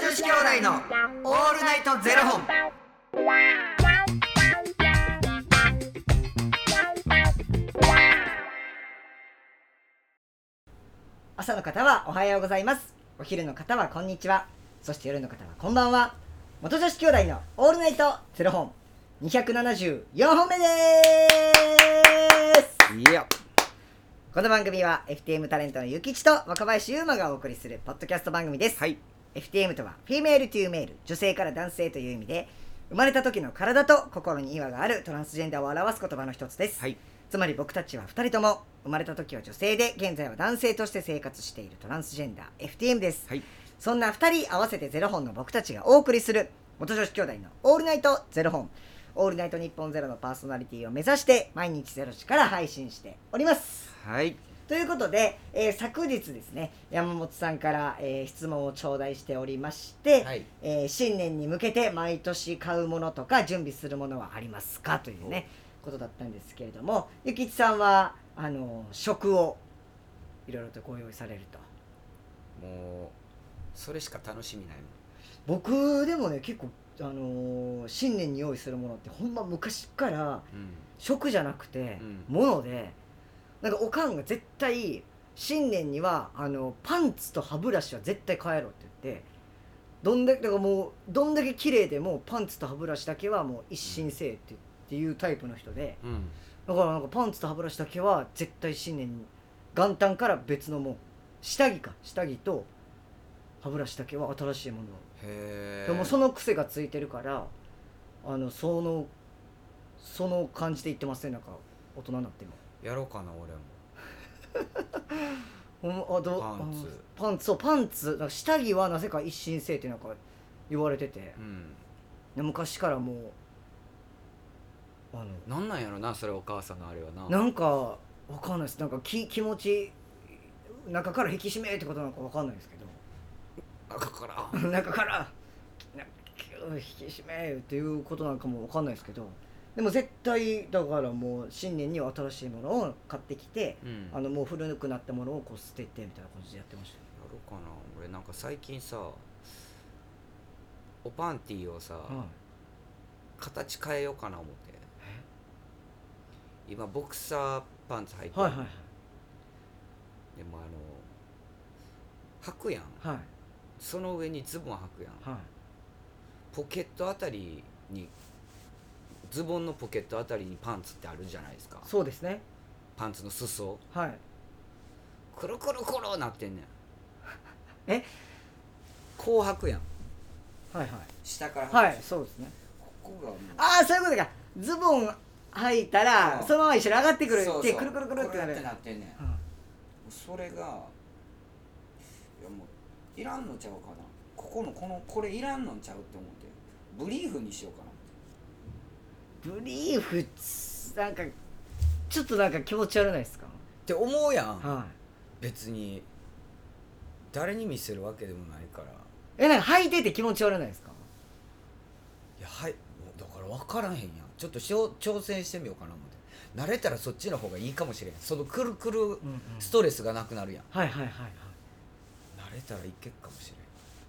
子兄弟のオールナイトゼロ本。朝の方はおはようございますお昼の方はこんにちはそして夜の方はこんばんは元女子兄弟のオールナイトゼロ本274本目ですいや、この番組は FTM タレントのゆきちと若林優馬がお送りするポッドキャスト番組です、はい、 FTM とはフィメールというメール女性から男性という意味で生まれた時の体と心に違和があるトランスジェンダーを表す言葉の一つです、はい、つまり僕たちは2人とも生まれた時は女性で現在は男性として生活しているトランスジェンダー FTM です、はい、そんな2人合わせてゼロ本の僕たちがお送りする元女子兄弟の「オールナイトゼロ本」「オールナイト日本ゼロのパーソナリティを目指して毎日ゼロ時から配信しておりますはい、ということで、えー昨日ですね山本さんから、えー質問を頂戴しておりまして、はいえー新年に向けて毎年買うものとか準備するものはありますかというねことだったんですけれどもゆきちさんはあの食をいろいろとご用意されるともう、それしか楽しみないもん。僕でもね結構あのー新年に用意するものってほんま昔からうん、食じゃなくて、う物でなんかおかんが絶対新年にはあのパンツと歯ブラシは絶対変えろって言ってどんだけだからもうどんだけ綺麗でもパンツと歯ブラシだけはもう一新せえって,、っていうタイプの人でうん、だからなんかパンツと歯ブラシだけは絶対新年に元旦から別のもう下着か下着と歯ブラシだけは新しいものをへえ。でもその癖がついてるからあのそのその感じで言ってますねなんか大人になってもやろうかな、俺も。ほんあどうパンツあパンツそうパンツなんか下着はなぜか一新性ってなんか言われててうん、で昔からもうあのなんなんやろな、それお母さんのあれはな。なんかわかんないですなんかき気持ち中から引き締めってことなんかわかんないですけど 赤から。 中からなんかき引き締めっていうことなんかもわかんないですけどでも絶対だからもう新年には新しいものを買ってきてうん、あのもう古くなったものをこう捨ててみたいな感じでやってましやろうかな俺なんか最近さおパンティーをさ、た、はい形変えようかな思って今ボクサーパンツ履いてるはいはいでもあの履くやんはいはいその上にズボン履くやんはいポケットあたりにズボンのポケットあたりにパンツってあるじゃないですかそうですねパンツの裾はいくるくるくるなってんねんえこう履くやんはいはい下から履くはい、しそうですねここがもうああそういうことかズボン履いたらうんそのまま一緒に上がってくるそうそうでくるくるくるってなるくるってんねんうんそれがいやもういらんのちゃうかなここのこのこれいらんのんちゃうって思ってブリーフにしようかなブリーフなんかちょっとなんか気持ち悪ないですかって思うやんは別に誰に見せるわけでもないからいいえなんか履いてて気持ち悪ないですかやはいもうだから分からへんやんちょっとしょう挑戦してみようかな思って慣れたらそっちの方がいいかもしれんそのくるくるうんうんストレスがなくなるやん、はいはいはいはい慣れたらいけっかもしれん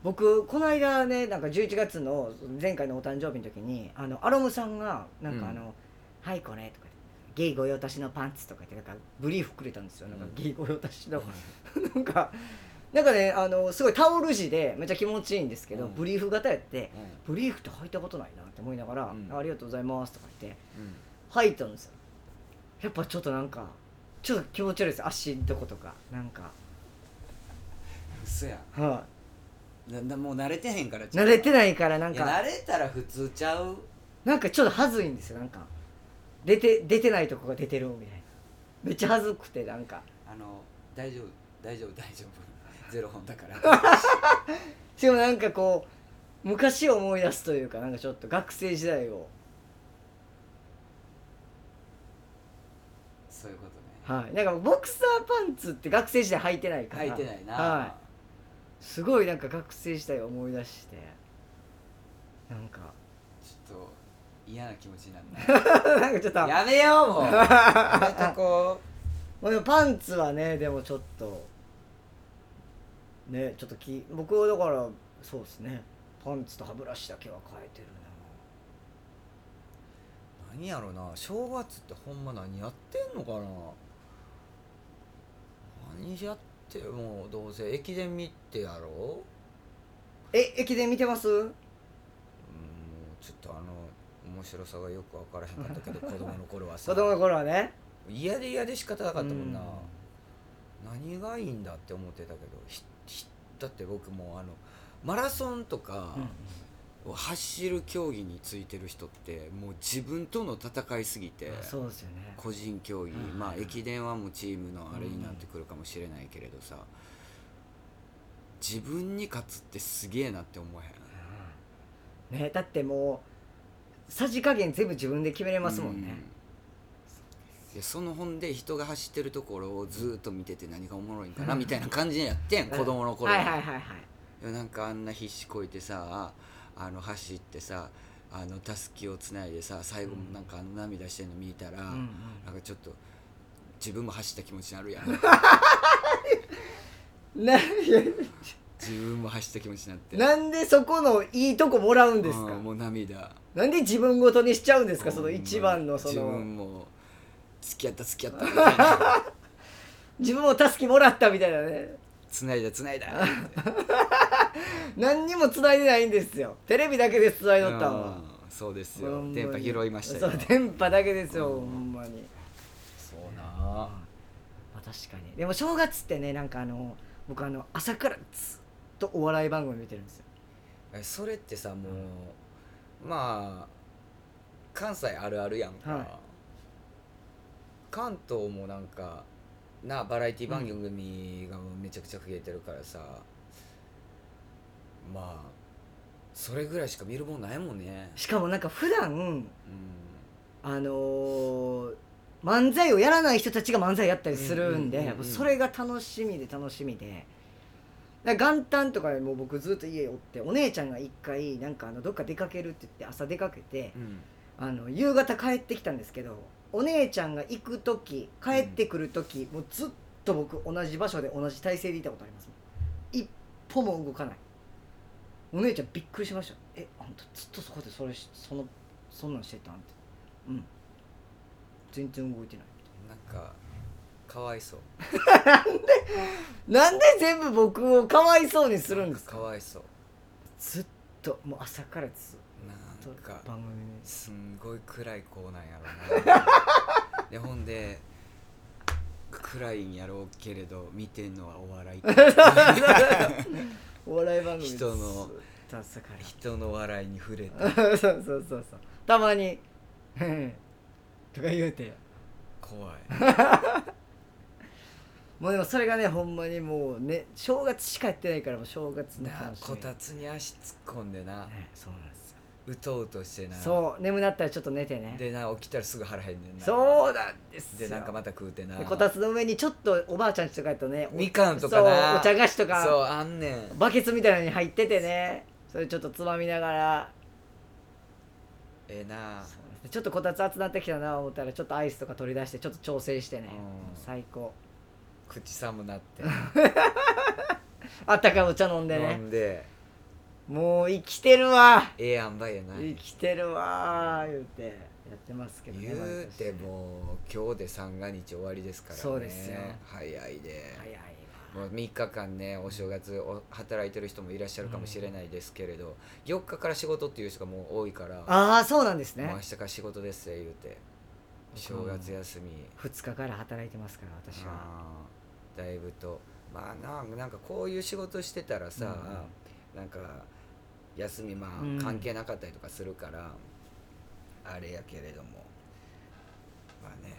僕この間ねなんか11月の前回のお誕生日の時にあのアロムさんがなんかあの「はいこれ」とか言って「ゲイ御用達のパンツ」とか言ってなんかブリーフくれたんですよなんかうんゲイ御用達の、なんかなんかねあのすごいタオル地でめっちゃ気持ちいいんですけど、うんブリーフ型やってうんブリーフって履いたことないなって思いながら「うんありがとうございます」とか言ってうん履いたんですよやっぱちょっとなんかちょっと気持ち悪いです足んとことかなんか嘘やはななもう慣れてへんからい慣れてないないからなんやか慣れたら普通ちゃうなんかちょっと恥ずいんですよなんか出て出てないとこが出てるみたいなめっちゃ恥ずくてなんかあの大丈夫大丈夫大丈夫 ゼロ本だからしかもなんかこう昔を思い出すというかなんかちょっと学生時代をそういうことねはい、なんかボクサーパンツって学生時代履いてないから書いてないな、はいすごいなんか学生時代を思い出してなんか ちょっと嫌な気持ちになるなんかちょっと なやめようもうやめとこまあでもパンツはねでもちょっとねちょっとき僕はだからそうですねパンツと歯ブラシだけは変えてる何やろな正月ってほんま何やってんのかな何やってもどうせ駅伝見てやろなえ駅伝見てますうんもうちょっとあの面白さがよく分からへんか ったけど子供の頃はさ子供の頃はね嫌で嫌で仕方なかったもんなうん何がいいんだって思ってたけどひひだって僕もうあのマラソンとかを走る競技についてる人ってもう自分との戦いすぎてあそうですよね個人競技、うんまあ駅伝はもうチームのあれになってくるかもしれないけれどさ、自分に勝つってすげえなって思えへんうんねだってもうさじ加減全部自分で決めれいますもんね、でその本で人が走ってるところをずーっと見てて何がおもろいんかなみたいな感じでやってん子供の頃はにいはいはいはいでもなんかあんな必死こいてさあの走ってさあのたすきをつないでさ最後もなんかあの涙してんの見たら、うんうんなんかちょっと自分も走った気持ちにな るやんな自分も走った気持ちになってなんでそこのいいとこもらうんですあかーもう涙なんで自分ごとにしちゃうんですかそほのんま一番のそ自の分も付き合った付き合ったみた いな自分も助けもらったみたいなね繋いだ繋いだって何にも繋いでないんですよテレビだけで繋いだったわうんそうですほよんまに電波拾いましたそよう電波だけですようほんんまにそうなあまあ、確かにでも正月ってねなんかあの僕あの朝からずっとお笑い番組見てるんですよえそれってさもうまあ関西あるあるやんか、はい関東もなんかなバラエティ番組がもうめちゃくちゃ増えてるからさ、まあそれぐらいしか見るもんないもんねしかもなんか普段うあのー漫才をやらない人たちが漫才やったりするんで、うんうんうんうもんうそれが楽しみで楽しみでだから元旦とかもう僕ずっと家おってお姉ちゃんが一回なんかあのどっか出かけるって言って朝出かけてん、うんあの夕方帰ってきたんですけどお姉ちゃんが行く時帰ってくる時、もうずっと僕同じ場所で同じ体勢でいたことありますもん一歩も動かないお姉ちゃんびっくりしましたえあんたずっとそこでそれしそのそんなんしてたんってうん全然動いてないなんかかわいそうなんで全部僕をかわいそうにするんですかかわいそうずっともう朝からずっなんとか番組見てすんごい暗い子なんやろ なでほんで暗いんやろうけれど見てんのはお 笑いお笑い番組ずっと人の朝から人の笑いに触れて そうそうそうそうたまに 「とか言うて怖いもうでもそれがねほんまにもうね正月しかやってないからもう正月のな楽しみこたつに足突っ込んでなねそうなんですようとうとしてなそう眠なったらちょっと寝てねでな起きたらすぐ腹減んねんなそうなんですでよなんかまた食うてなでこたつの上にちょっとおばあちゃんちとかやとねおみかんとかなそうお茶菓子とかそうあんねんバケツみたいなのに入っててねそれちょっとつまみながらええなちょっとこたつ熱なってきたな思ったらちょっとアイスとか取り出してちょっと調整してねうん最高口寒なってあったかいお茶飲んで飲ねんでもう生きてるわええ塩梅やな生きてるわー言うてやってますけどね言うて毎年もう今日で三が日終わりですからねそうですよ早いで、早いわもう3日間ねお正月お働いてる人もいらっしゃるかもしれないですけれど、4日から仕事っていう人がもう多いからもああそうなんですうね明日から仕事ですよ言うて僕正も月休み2日から働いてますから私はあーだいぶとまあなんなんかこういう仕事してたらさ、なんか休みまうんあ関係なかったりとかするから、あれやけれどもまあね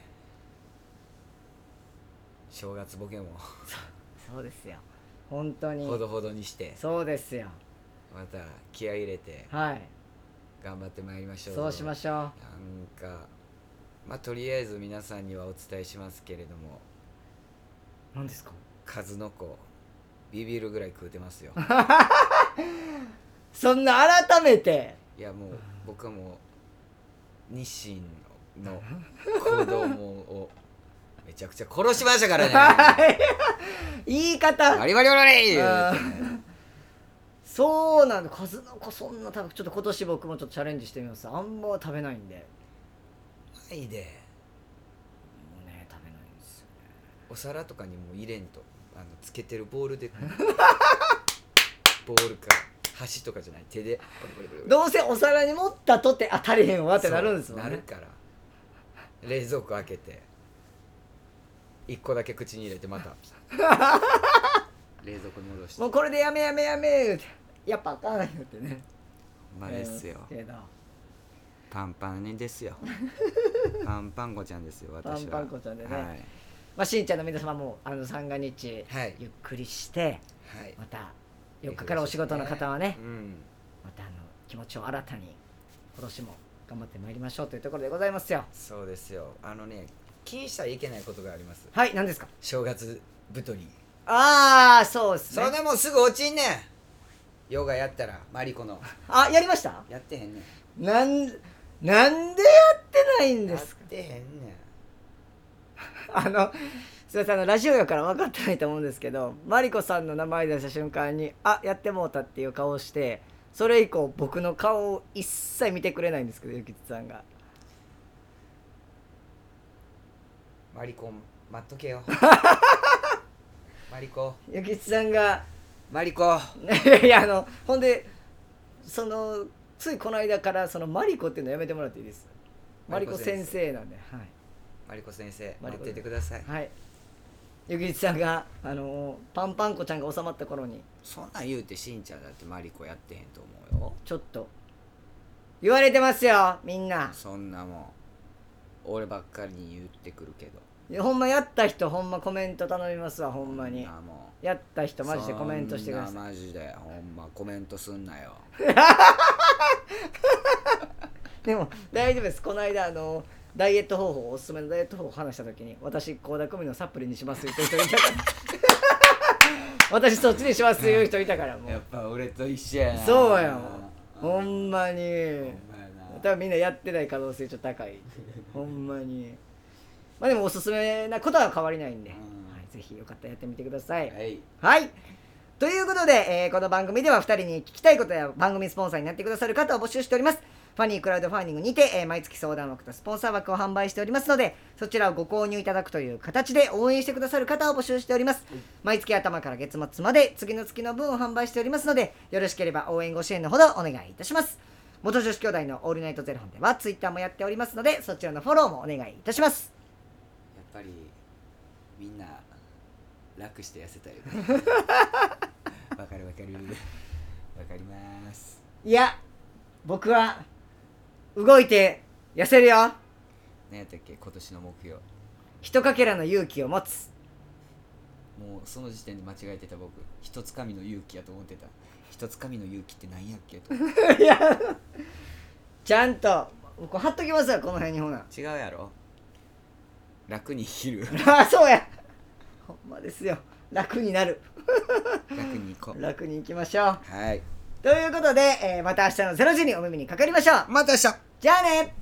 正月ボケもそうですよ本当にほどほどにしてそうですよまた気合い入れてはい頑張ってまいりましょうそうしましょうなんかまあとりあえず皆さんにはお伝えしますけれどもうなんですか数の子ビビるぐらい食うてますよそんな改めていやもう僕はもう日清の子供をめちゃくちゃ殺しまし たからね言い方バリバリバリバリうん言うてそうなの数の子そんな多分ちょっと今年僕もちょっとチャレンジしてみますあんま食べないんでないでもうね食べないんですよお皿とかにも入れんとあのつけてるボールで ボールか箸とかじゃない手でボリボリボリボリどうせお皿に持ったとってあ足りへんわってなるんですもんそうなねるから冷蔵庫開けて一個だけ口に入れ てまた冷蔵庫に戻してもうこれでやめやめやめ言うてやっぱあかんよってねまあですよ、ええけどパンパンにで すよパンパン子ちゃんですよ私はパンパン子ちゃんでねはいまあ、しんちゃんの皆様もあの三が日、はいゆっくりしてはいまた4日からお仕事の方はねうんまたあの気持ちを新たに今年も頑張ってまいりましょうというところでございますよそうですよあのね気にしたらいけないことがありますはい何ですか正月太りああそうですそんねなもんすぐ落ちんねんヨガやったらマリコのあやりましたやってへんねんなんなんでやってないんですやってへんねんあのすいませんあのラジオやから分かってないと思うんですけどマリコさんの名前出した瞬間に「あやってもうた」っていう顔をしてそれ以降僕の顔を一切見てくれないんですけどゆきつさんがマリコ待っと けよマリコゆきつさんが マリコいやいやあのほんでそのついこの間からそのマリコっていうのやめてもらっていいですマリコ先生なんではい、マリコ先生マリ待っコててくださいはい、ゆきちさんがあのパンパン子ちゃんが収まった頃にそんなん言うてしんちゃんだってマリコやってへんと思うよちょっと言われてますよみんなそんなもん俺ばっかりに言ってくるけどいやほんまやった人ほんまコメント頼みますわほんまにそんなもやった人んマジでコメントしてくだそんさいなマジでほんまコメントすん なよでも大丈夫ですこの間あのダイエット方法おすすめのダイエット方法を話した時に私倖田來未のサプリにしますって言ってる人いたから 私そっちにしますって言う人いたからもやっうぱ俺と一緒やなそうやんほほんんまにまやな多分みんなやってない可能性ちょっと高いほんまにまあでもおすすめなことは変わりないんで、うんはい、ぜひよかったらやってみてくださいはいはいということで、えーこの番組では2人に聞きたいことや番組スポンサーになってくださる方を募集しておりますファニークラウドファンディングにて、えー毎月相談枠とスポンサー枠を販売しておりますのでそちらをご購入いただくという形で応援してくださる方を募集しております毎月頭から月末まで次の月の分を販売しておりますのでよろしければ応援ご支援のほどお願いいたします元女子兄弟のオールナイトゼロ本ではツイッターもやっておりますのでそちらのフォローもお願いいたしますやっぱりみんな楽して痩せたいよ ねわかるわかるわかりますいや僕は動いて痩せるよ何やったっけ今年の目標一かけらの勇気を持つ もうその時点で間違えてた僕一つかみの勇気やと思ってた一つかみの勇気って何やっけと違いやちゃんとこう貼っときますよこの辺にほな うやろ楽に生きるあそうやほんまですよ楽になる楽に行こう楽に行きましょうはいということで、えーまた明日の0時にお耳にかかりましょうまた明日じゃあね